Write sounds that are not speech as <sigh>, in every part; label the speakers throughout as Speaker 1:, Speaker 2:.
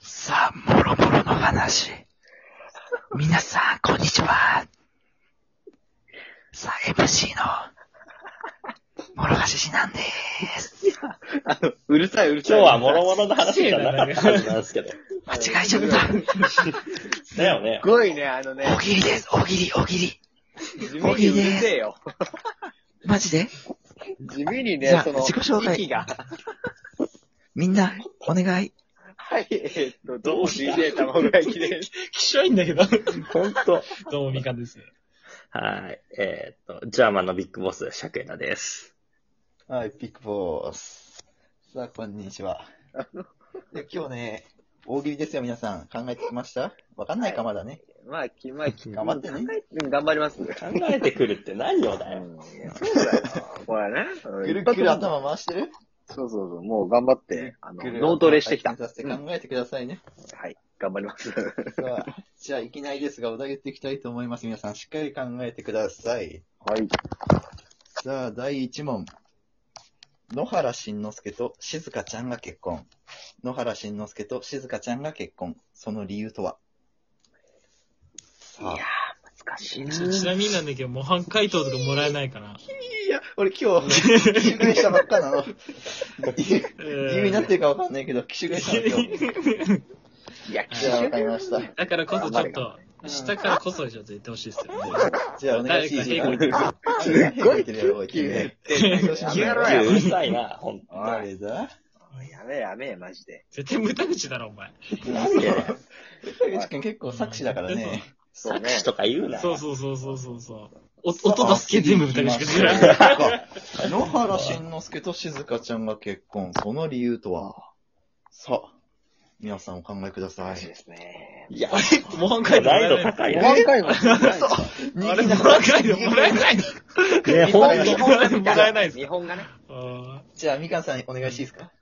Speaker 1: さん、もろもろの話。皆さん、こんにちは。さあ、MC の、諸橋しなんです。
Speaker 2: あの、 <laughs> うるさい、うるさい。
Speaker 3: 今日はもろもろの話じゃなかったはずなんですけど。
Speaker 1: 間違えちゃった。
Speaker 3: だよね
Speaker 2: す。ごいね、あのね、
Speaker 1: 大喜利です、大喜利、大喜利。
Speaker 2: 地味にうるせえよ。
Speaker 1: マジで
Speaker 2: 地味に
Speaker 1: じゃ
Speaker 2: ね
Speaker 1: あ、
Speaker 2: その、
Speaker 1: 自己紹介
Speaker 2: 息が。
Speaker 1: みんな、お願い。
Speaker 2: はい、えっと、どう DJ 卵焼きです。
Speaker 4: きしょいんだけど。
Speaker 3: ほんと。
Speaker 4: どうも、みかんです。
Speaker 3: はい。えーっと、ジャーマンのビッグボス、シャクエナです。
Speaker 5: はい、ピックボース。さあ、こんにちは。で今日ね、大喜利ですよ、皆さん。考えてきましたわかんないか、まだね。
Speaker 2: まあ、き、まあ、き、
Speaker 5: 頑張ってね
Speaker 2: 考えうん頑張ります。
Speaker 3: 考えてくるって何をだ
Speaker 2: う
Speaker 3: よ。
Speaker 2: んいやそうだよ。これね。うん
Speaker 5: ぐるぐる頭回してる
Speaker 2: そうそうそう。もう頑張って、あの
Speaker 5: ぐる、
Speaker 2: 脳トレしてきた。
Speaker 5: 頭回転させて考えてくださいね。
Speaker 2: はい。頑張ります。
Speaker 5: さあ、じゃあ、いきなりですが、お題言っていきたいと思います。皆さん、しっかり考えてください。
Speaker 2: はい。
Speaker 5: さあ、第1問。野原慎之介と静香ちゃんが結婚。野原慎之介と静香ちゃんが結婚。その理由とはさあ、
Speaker 2: 難しいな
Speaker 4: ちちなみになんだけど、模範解答とかもらえないかな。
Speaker 5: いや、俺今日、機種変したばっかなの。理
Speaker 4: え
Speaker 5: 由になってるかわかんないけど、機種変したの今日。
Speaker 2: いや、
Speaker 5: じゃあ、わかりました。
Speaker 4: だからこそちょっと、
Speaker 2: ん
Speaker 4: 下からこそちょっと言ってほしいですよね。
Speaker 5: じゃあ、お願いします。
Speaker 4: 誰か
Speaker 5: すごいってるやろ、君。
Speaker 2: 聞きやろ
Speaker 3: う
Speaker 2: や。
Speaker 3: るさいな、ほんと。
Speaker 5: あれだ
Speaker 2: やめえやめえ、マジで。
Speaker 4: 絶対無駄口だろ、お前。
Speaker 3: なんで
Speaker 5: 竹内くん結構作詞だからね。
Speaker 2: そう
Speaker 3: 作
Speaker 2: ね。
Speaker 3: 詞とか言うな。
Speaker 4: そうそうそうそうそうそう。お音出すけ全部無駄口しか出ない。
Speaker 5: 野原慎之介と静香ちゃんが結婚、その理由とはさあ、皆さんお考えくださ
Speaker 2: マ
Speaker 5: い
Speaker 2: ジ。ですね。
Speaker 3: いや、
Speaker 4: 模範解答もら
Speaker 3: 難易
Speaker 4: え
Speaker 3: 度
Speaker 4: ない。
Speaker 3: 高
Speaker 2: 何回
Speaker 3: いな。
Speaker 2: も。
Speaker 4: あれ、模範解答もらえないの
Speaker 3: ね、ほん
Speaker 2: 日
Speaker 3: と。
Speaker 2: 本がね
Speaker 4: もらえないですか
Speaker 2: 日本がね。
Speaker 4: あ
Speaker 5: じゃあ、みかんさんお願いしていいですか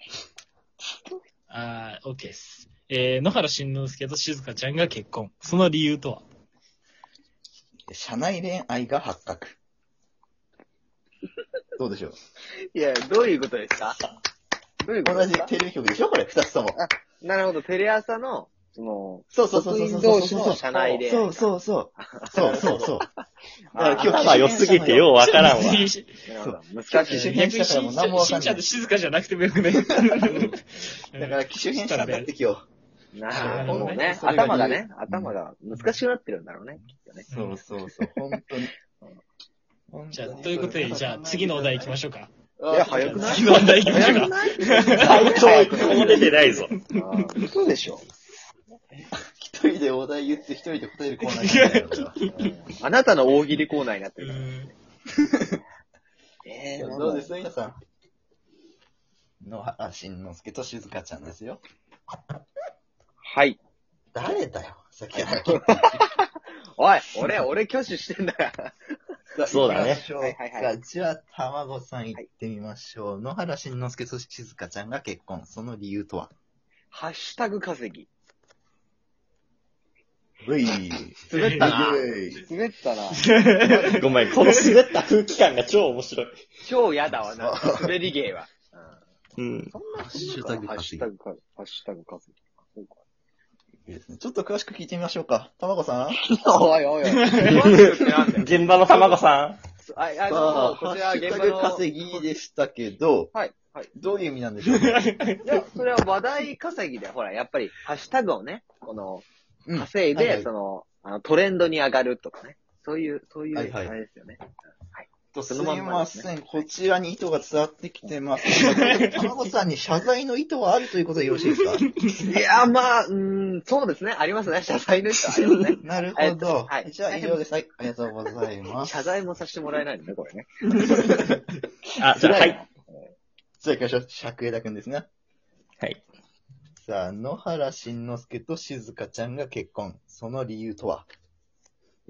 Speaker 4: ーあー、OK です。えー、野原慎之介と静香ちゃんが結婚。その理由とは
Speaker 5: 社内恋愛が発覚。どうでしょう
Speaker 2: いや、どういうことですかどういうこと
Speaker 5: 同
Speaker 2: です
Speaker 5: じ
Speaker 2: か
Speaker 5: テレビ局でしょこれ、二つとも。
Speaker 2: なるほど、テレ朝の、その、
Speaker 5: そうそうそうそうそう。
Speaker 2: 同士の社内で。
Speaker 5: そうそうそう。そうそう <laughs> そう。だから今
Speaker 3: 頭良すぎてようわからん
Speaker 2: なる
Speaker 3: わ。
Speaker 2: ほど難しい。
Speaker 5: そう
Speaker 4: 逆にしんちゃん、しんちゃんと静かじゃなくてもよくない。だか
Speaker 5: だから、機種変したんだって今日。
Speaker 2: なるほどね。
Speaker 5: それが理由
Speaker 2: 頭がね、
Speaker 5: うん
Speaker 2: 頭が難しくなってるんだろうね、きっとね。
Speaker 5: そうそうそう。本当に。本当に
Speaker 4: じゃあ、ということで、じゃあ、次のお題行きましょうか。
Speaker 2: いや、早くない
Speaker 4: 次のお題行きましょう
Speaker 2: 早く
Speaker 4: か。
Speaker 2: ない
Speaker 3: 最強、一個も出てないぞ。
Speaker 2: うん嘘でしょ。
Speaker 5: 一人でお題言って一人で答えるコーナーじゃないのよ。
Speaker 2: うんあなたの大喜利コーナーになって
Speaker 4: う
Speaker 2: るから。
Speaker 4: ん
Speaker 2: えー、
Speaker 5: どうです皆さん。野原慎之介と静香ちゃんですよ。
Speaker 2: はい。
Speaker 5: 誰だよ。さっきから聞い
Speaker 2: おい、俺、俺挙手してんだから。 <laughs>
Speaker 5: た
Speaker 3: そうだね。
Speaker 2: はいはいは
Speaker 5: じゃあ、たまごさん行ってみましょう。野原慎之介と静香ちゃんが結婚。その理由とは
Speaker 2: ハッシュタグ稼ぎ。
Speaker 5: う <laughs> い。
Speaker 2: 滑ったな。
Speaker 5: う
Speaker 2: 滑った
Speaker 5: <laughs>
Speaker 2: な。
Speaker 3: ごめん、この滑った空気感が超面白い。
Speaker 2: 超嫌だわな、滑り芸は。
Speaker 3: うん。
Speaker 2: そんなハッ
Speaker 5: シュタグ稼ぎ
Speaker 2: ハッシュタグか、ハッシュタグ稼ぎ。そうか
Speaker 5: いいですねちょっと詳しく聞いてみましょうか。たまごさん
Speaker 2: おいおいおい。詳し
Speaker 3: <laughs>
Speaker 2: くなんだよ
Speaker 3: 現場の卵さ
Speaker 2: あ、あそう、こちら
Speaker 5: ハ
Speaker 2: は
Speaker 5: ッシ
Speaker 2: 現
Speaker 5: ュ
Speaker 2: 場
Speaker 5: タグ
Speaker 2: の。
Speaker 5: 稼ぎでしたけど、
Speaker 2: はい、はい。
Speaker 5: どういう意味なんでしょうか
Speaker 2: いや、それは話題稼ぎで、ほら、やっぱり、ハッシュタグをね、この、
Speaker 5: うん
Speaker 2: 稼い
Speaker 5: はいは
Speaker 2: で、
Speaker 5: い
Speaker 2: その、あの、トレンドに上がるとかね。そういう、そういう、あ
Speaker 5: はいはい
Speaker 2: れですよね。
Speaker 5: とす
Speaker 2: そ
Speaker 5: い
Speaker 2: のまんま
Speaker 5: ま
Speaker 2: です
Speaker 5: せ
Speaker 2: ね
Speaker 5: ん。こちらに意図が伝わってきてます。 <laughs> たまごさんに謝罪の意図はあるということでよろしいです <laughs> か
Speaker 2: いや、まあ、うーん、そうですね。ありますね。謝罪の人あり
Speaker 5: <laughs>
Speaker 2: ますね。
Speaker 5: なるほど。
Speaker 2: はい
Speaker 5: じゃあ以上です。はい。ありがとうございます。
Speaker 2: 謝罪もさせてもらえないのね、これね。
Speaker 3: ん。あ、じゃあ、はい。
Speaker 5: じゃあ行きましょう。尺枝くんですね。
Speaker 3: はい。
Speaker 5: さあ、野原慎之介と静香ちゃんが結婚。その理由とは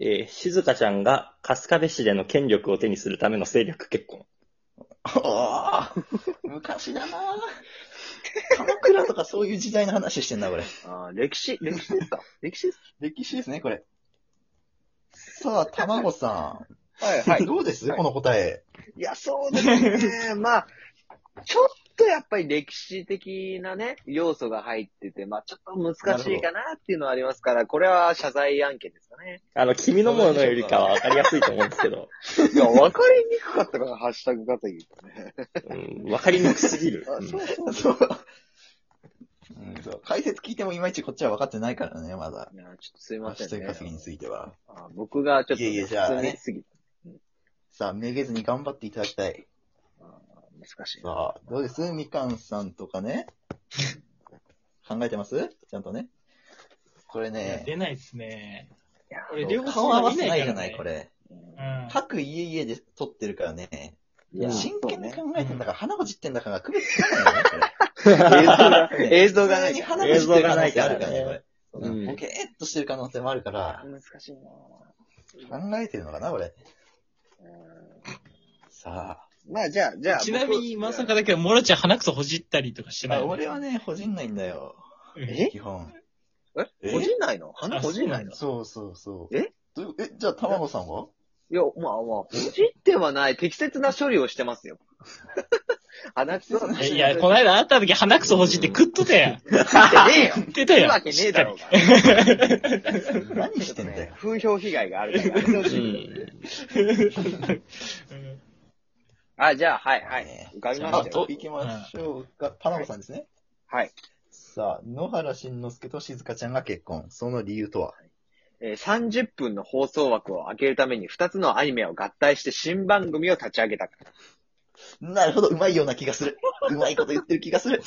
Speaker 3: えー、静香ちゃんが春日部市での権力を手にするための勢力結婚。
Speaker 5: ああ昔だな鎌倉とかそういう時代の話してんな、これ。
Speaker 2: あー歴史、歴史ですか歴史です
Speaker 5: 歴史ですね、これ。さあ、たまごさん。
Speaker 2: はい
Speaker 5: どうです、この答え。 <laughs>
Speaker 2: いや、そうですね。まあ、ちょっとやっぱり歴史的なね、要素が入ってて、まあちょっと難しいかなっていうのはありますから、これは謝罪案件ですか
Speaker 5: <laughs>
Speaker 2: ね。
Speaker 3: あの、君のものよりかは分かりやすいと思うんですけど、
Speaker 4: <laughs>
Speaker 2: いや、わかりにくかったから、ハッシュタグ稼ぎ。
Speaker 3: うん、分かりにくすぎる。
Speaker 2: あ、そうそう
Speaker 5: そう。うん、そう解説聞いてもいまいちこっちは分かってないからね、まだ。
Speaker 2: いや、ちょっとすい
Speaker 5: 明
Speaker 2: ませ
Speaker 5: 日
Speaker 2: んね。
Speaker 5: 稼ぎについては。
Speaker 2: あ僕がちょっと、
Speaker 5: いえいえじゃあね
Speaker 2: 普通にすぎた。
Speaker 5: さあ、めげずに頑張っていただきたい。
Speaker 2: 難しい。
Speaker 5: さあ、どうですみかんさんとかね。考えてますちゃんとね。これね、
Speaker 4: 出ないですね。
Speaker 2: いや
Speaker 4: これ両方
Speaker 5: 顔合わせないじゃな
Speaker 4: 見ない
Speaker 5: い、
Speaker 4: か
Speaker 5: こ
Speaker 4: ら
Speaker 5: れ。
Speaker 4: うん。
Speaker 5: 各家々で撮ってるからね。
Speaker 3: いや、
Speaker 5: 真剣に
Speaker 2: そ
Speaker 5: 考えてんだから、花子じってんだから、区別つかないよね、これ。
Speaker 2: 映像が、映像がない
Speaker 5: 普通に
Speaker 2: じゃ
Speaker 5: 花
Speaker 2: ん。
Speaker 5: 子じってる可能性あるからね、
Speaker 3: 映像
Speaker 5: こ
Speaker 3: がな
Speaker 5: れ
Speaker 3: い。うん
Speaker 5: ボケーっとしてる可能性もあるから、
Speaker 2: 難しいな
Speaker 5: 考えてるのかな、これ。
Speaker 2: ぁ
Speaker 5: さ
Speaker 2: まあじゃあ、じゃあ。
Speaker 4: ちなみに、
Speaker 2: 僕
Speaker 4: まさかだけど、モロちゃん鼻くそほじったりとかして
Speaker 5: あ、
Speaker 4: ない
Speaker 5: あ
Speaker 4: よね。
Speaker 5: 俺はね、ほじんないんだよ。
Speaker 4: うん
Speaker 2: え
Speaker 5: 基本。
Speaker 2: えほじんないの鼻
Speaker 4: あ
Speaker 2: ほじんないの
Speaker 5: そうそうそう。
Speaker 2: え
Speaker 5: どういうえ、じゃあ、卵さんはい
Speaker 2: や、まあまあ、ほじってはない。適切な処理をしてますよ。 <laughs> 鼻くそは
Speaker 4: えいや、この間会った時鼻くそほじって食っとったやん。食
Speaker 2: ってねえよ。
Speaker 4: ってた
Speaker 2: 食う
Speaker 4: やん。
Speaker 2: わけねえだろうが。
Speaker 5: <laughs> 何してんだよ。
Speaker 2: 風評被害があるからやめてほ
Speaker 3: う
Speaker 2: しい。
Speaker 3: ん。
Speaker 4: うん
Speaker 2: <laughs> あ、じゃあ、はい、はい
Speaker 5: ね。
Speaker 2: 浮かびま
Speaker 5: あ
Speaker 2: した、よ
Speaker 5: と、。行きましょうか。卵さんですね。
Speaker 2: はい。
Speaker 5: さあ、野原慎之介と静香ちゃんが結婚。その理由とは
Speaker 2: えー30分の放送枠を開けるために2つのアニメを合体して新番組を立ち上げたから。
Speaker 5: なるほど、うまいような気がす <laughs> る。うまいこと言ってる気がする。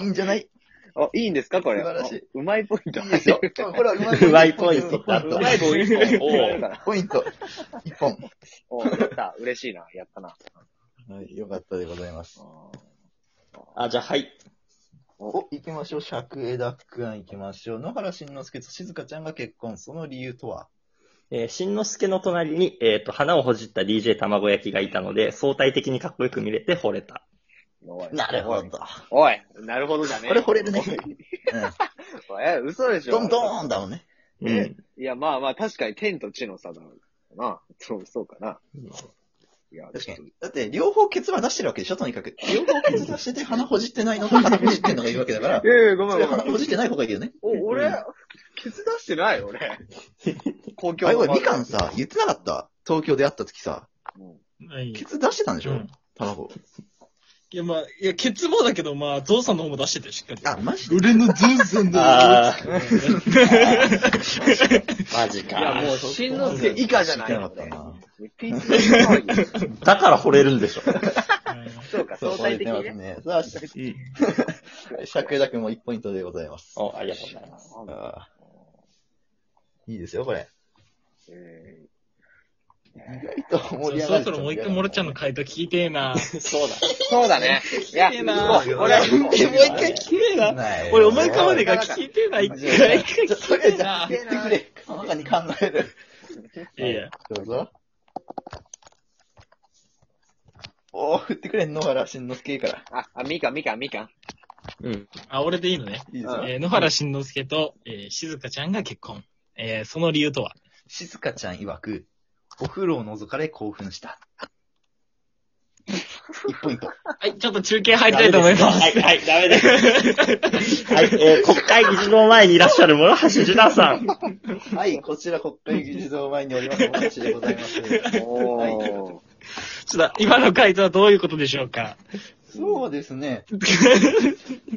Speaker 5: いいんじゃない
Speaker 2: あ、いいんですかこれ。
Speaker 5: 素晴らしい
Speaker 2: あうまいポイント。
Speaker 5: いいですよ。これはうま
Speaker 3: うまいポイントってあっ
Speaker 2: う
Speaker 3: た
Speaker 2: まい棒1本。
Speaker 3: お
Speaker 2: あ
Speaker 3: う
Speaker 2: るから
Speaker 5: ポイント。一本。
Speaker 2: おやった。嬉しいな。やったな。
Speaker 5: はい、よかったでございます。
Speaker 3: あ、じゃあ、はい。
Speaker 5: お、行きましょう。尺枝くん行きましょう。野原慎之介と静香ちゃんが結婚。その理由とは
Speaker 3: えー、しんのすけの隣に、えっ、と、花をほじった DJ 卵焼きがいたので、相対的にかっこよく見れて惚れた。
Speaker 2: おい
Speaker 5: なるほど。
Speaker 2: おい、なるほどじゃねえ
Speaker 5: これ惚れるね。 <laughs>
Speaker 2: え、嘘でし
Speaker 5: うん。
Speaker 2: ょ。
Speaker 5: ドンドーンだもんね。
Speaker 3: うん。
Speaker 2: いや、まあまあ、確かに天と地の差だろうな。そう、そうかな。いや、
Speaker 5: 確か
Speaker 2: ちょっ
Speaker 5: に。だって、両方ケツは出してるわけでしょとにかく。両方ケツ出してて、鼻ほじってないのと鼻ほじってんのがいるわけだから
Speaker 2: と。い。やいや、ごめ
Speaker 5: そ
Speaker 2: ん
Speaker 5: れ
Speaker 2: ごめ
Speaker 5: 鼻
Speaker 2: ん。
Speaker 5: ほじってない方がいいよね。
Speaker 2: お、
Speaker 3: う
Speaker 2: 俺
Speaker 3: ん、
Speaker 2: ケツ出してない、俺。公共
Speaker 5: あれ、
Speaker 2: の
Speaker 5: こ
Speaker 2: 場
Speaker 5: れ、み
Speaker 2: で
Speaker 5: かんさ、言ってなかった東京で会った時さ、
Speaker 2: うん
Speaker 4: ない
Speaker 5: ケツ出してたんでし
Speaker 4: う
Speaker 5: ょ
Speaker 4: ん
Speaker 5: 卵。
Speaker 4: いや、まあ、いや、ケツもだけど、まあ、ゾウさんの方も出してたよ、しっかり。
Speaker 5: あ、マジで
Speaker 4: 俺のゾウさんだ
Speaker 3: ああ、マジ
Speaker 2: いや、
Speaker 3: か。
Speaker 2: もう、しんのすけ以下じゃない
Speaker 5: 知らなかったな。
Speaker 2: ピーチの騒ぎ
Speaker 3: だから惚れるんでしょ。
Speaker 2: そうか、相対的にね。
Speaker 5: ね。さあ、し尺枝くんも1ポイントでございます。
Speaker 3: お、ありがとうございます。
Speaker 5: あーいいですよ、これ。
Speaker 2: え
Speaker 5: 意外と
Speaker 4: そ
Speaker 5: 盛
Speaker 4: う
Speaker 5: り上
Speaker 4: そ
Speaker 5: が
Speaker 4: ろ
Speaker 5: る
Speaker 4: そろもう一回モロちゃんの回答聞いてえな。
Speaker 3: そうだ。
Speaker 2: ーそうだね。いや、
Speaker 4: 聞いてえな
Speaker 2: もう俺はもう、
Speaker 4: え、もう一回聞いてえな。
Speaker 5: ない
Speaker 4: 俺、お前かまでが聞いてえな、一回。一回
Speaker 5: ちょっと
Speaker 4: 聞い
Speaker 5: りあえ
Speaker 4: てえ
Speaker 5: ず言っ。て
Speaker 4: な
Speaker 5: くれ。その中に考える。
Speaker 4: いやいや。
Speaker 5: どうぞ。おー、振ってくれ、野原慎之介から。
Speaker 2: あ、あ、みかん、みかん、みかん。
Speaker 3: うん。
Speaker 4: あ、俺でいいのね。
Speaker 5: いいですよ。
Speaker 4: えー野原慎之介と、えー、静香ちゃんが結婚。えー、その理由とは
Speaker 5: 静香ちゃん曰く、お風呂を覗かれ興奮した。1ポイント。
Speaker 4: はい、ちょっと中継入りたいと思います。
Speaker 3: はい、はい、ダメです。はい、えー国会議事堂前にいらっしゃる諸橋樹奈さん。
Speaker 5: はい、こちら国会議事堂前におります、お話でございます。
Speaker 2: おー。
Speaker 4: ちょっと、今の回答はどういうことでしょうか
Speaker 5: そうです
Speaker 2: <laughs>
Speaker 5: ね。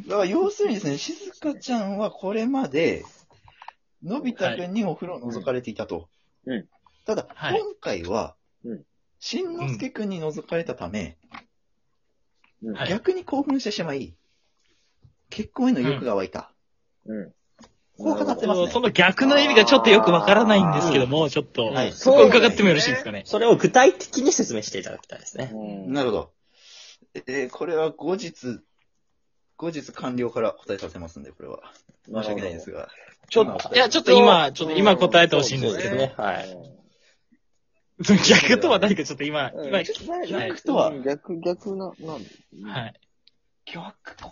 Speaker 5: だから要するにですね、静香ちゃんはこれまで、のび太くんにお風呂を覗かれていたと。
Speaker 2: はいうん
Speaker 5: ただ、
Speaker 4: はい
Speaker 5: 今回は
Speaker 2: うん、
Speaker 5: しんのすけくんに覗かれたため、
Speaker 2: うん
Speaker 4: はい
Speaker 5: 逆に興奮してしまい、結婚への意欲が湧いた。
Speaker 2: うん。
Speaker 5: こう語って
Speaker 4: そ
Speaker 5: ます
Speaker 4: の
Speaker 5: ね。
Speaker 4: その逆の意味がちょっとよくわからないんですけども、ちょっと、
Speaker 5: はい
Speaker 4: そこ伺ってもよろしいですかね。
Speaker 3: それを具体的に説明していただきたいですね。
Speaker 2: うん
Speaker 5: なるほど。えーこれは後日、後日完了から答えさせますんで、これは。申し訳ないですが。
Speaker 2: ちょっと
Speaker 4: いや、ちょっと今、ちょっと今答えてほしいんで
Speaker 3: そう
Speaker 4: す
Speaker 3: で
Speaker 4: け
Speaker 3: す
Speaker 4: ど、
Speaker 3: ね。はい。
Speaker 4: その逆とは何かちょっと今、今、はい。
Speaker 5: 逆とは
Speaker 2: 逆、逆な、なん
Speaker 5: 逆と、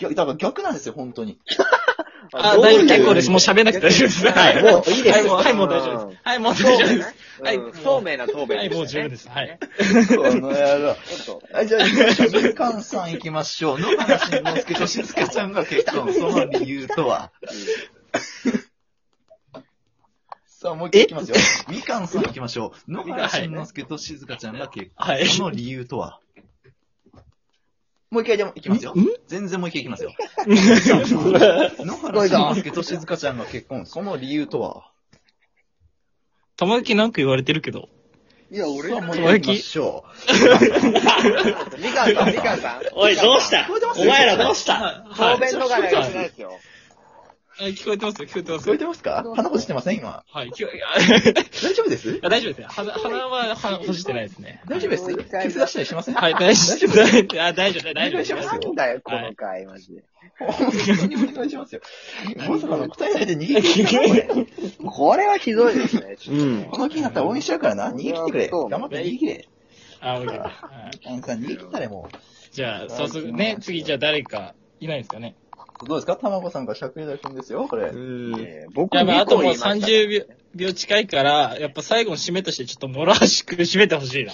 Speaker 5: 逆、だから逆なんですよ、本
Speaker 2: <laughs>
Speaker 5: 当に。
Speaker 4: あ、
Speaker 3: どういう
Speaker 4: 大丈夫結構です。もう喋んなくて大丈夫です。
Speaker 3: はい、もういいです。
Speaker 4: はい、もう大丈夫です。はい、もう大丈夫です。はい
Speaker 2: うんそうめいな答弁
Speaker 4: はい、
Speaker 2: で
Speaker 4: もう
Speaker 2: し
Speaker 4: 十
Speaker 2: たね
Speaker 4: 分です。はい。
Speaker 5: この野郎。
Speaker 2: ちょっと、
Speaker 5: はい、じゃあ、新幹さん行きましょう。野原慎之介と静香ちゃんが結婚。その理由とは。 <laughs> さあ、もう一回行きますよ。みかんさん行きましょう。野原慎之介と静香ちゃんが結婚。
Speaker 4: はい
Speaker 5: その理由とは。もう一回でも行きますよ。全然もう一回行き <laughs> ますよ。野原慎之介と静香ちゃんが結婚。その理由とは。
Speaker 4: 玉焼きなんか言われてるけど。
Speaker 2: いや、俺
Speaker 5: さあ、
Speaker 2: <laughs>
Speaker 5: もう一
Speaker 4: もう
Speaker 5: 回行
Speaker 4: 一回
Speaker 5: きましょう。
Speaker 2: みかんさん、みかんさん。
Speaker 6: おい、どうした
Speaker 5: 聞こえてます
Speaker 6: お前らどうした
Speaker 4: は
Speaker 2: 答
Speaker 4: い。
Speaker 2: 弁のがないしないですよ。
Speaker 4: はい聞こえてますよ、聞こえてま
Speaker 5: 聞
Speaker 4: す
Speaker 5: こえ
Speaker 4: よ。
Speaker 5: てますか鼻ほじってません今。
Speaker 4: はい、聞こえ、 <laughs>
Speaker 5: 大丈夫です
Speaker 4: あ大丈夫ですよ。鼻、鼻は、鼻、ほじってないですね。
Speaker 5: 大丈夫です
Speaker 2: もう一回
Speaker 5: ケツ出したりしません
Speaker 4: はい、大丈夫です。あ、大丈夫、大丈夫です
Speaker 5: お願いしま
Speaker 4: よ
Speaker 5: す。
Speaker 2: なんだよ、この回、マジで。
Speaker 5: 本当にお願いしますよ。まさかの答えないで逃げ切ってくれ。
Speaker 2: これはひどいですね。
Speaker 3: うん。
Speaker 5: この気になったら応援しちゃうからな。逃げ切ってくれ。
Speaker 2: そう
Speaker 5: 頑張って逃げ切れ。
Speaker 4: あ、OK はい
Speaker 5: あのさ、逃げ切ったらも
Speaker 4: じゃあ、早速ね、次、じゃあ誰か、いないですかね。
Speaker 5: う。どうですか卵さんが尺入れんですよ、これ。
Speaker 3: うん。
Speaker 2: えー僕
Speaker 4: いや、まあ、あともう
Speaker 2: 三
Speaker 4: 30秒、秒近いから、やっぱ最後の締めとして、ちょっともらしく締めてほしいな。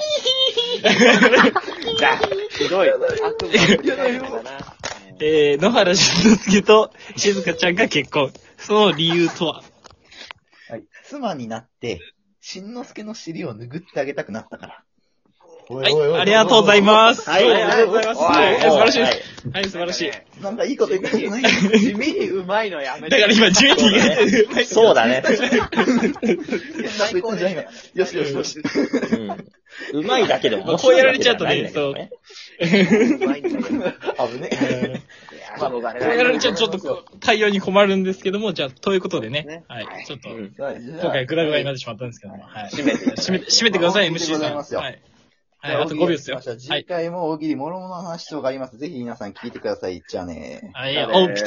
Speaker 2: だ。ひどい。悪夢みたいなのだな。
Speaker 4: えー、野原慎之介と静香ちゃんが結婚。その理由とは
Speaker 5: はい。妻になって、しんのすけの尻を拭ってあげたくなったから。お
Speaker 4: はい、ありがとうございます。
Speaker 3: はい
Speaker 4: ありがとうございます。
Speaker 2: おい
Speaker 4: はい、素晴らしいです
Speaker 3: す。
Speaker 4: はい、素晴らしい。
Speaker 5: す。なんかいいこと言ってない
Speaker 2: 地味にうまいのやめ
Speaker 4: だから
Speaker 2: て。
Speaker 4: 今、12人が出てる。
Speaker 3: そうだ
Speaker 4: <laughs>
Speaker 3: ね。
Speaker 5: 最高じゃないよしよしよし。
Speaker 3: うん。うまいだけでも面白いわけではないんだけどね。
Speaker 4: <laughs>
Speaker 2: うまいんだけど。いや
Speaker 5: 危ねえ。
Speaker 2: ー憧れ
Speaker 4: こうやられちゃうとちょっとこう対応に困るんですけども、じゃあ、ということでね
Speaker 2: ね、
Speaker 4: はい、ちょっと、
Speaker 3: う
Speaker 4: 今
Speaker 3: ん。
Speaker 5: さあじゃあ
Speaker 4: 回グダグダになってしまったんですけども、はい。
Speaker 2: 締めて
Speaker 4: 締めて、締めてく
Speaker 5: <laughs>
Speaker 4: ださい、
Speaker 5: 大
Speaker 4: MC
Speaker 5: 喜利でございます
Speaker 4: さん。
Speaker 5: よ
Speaker 4: はい。はい、あと5秒ですよ。
Speaker 5: 次回も大喜利、もろもろの話とかあります。ぜひ皆さん聞いてください。じゃあね。
Speaker 4: はい、大きと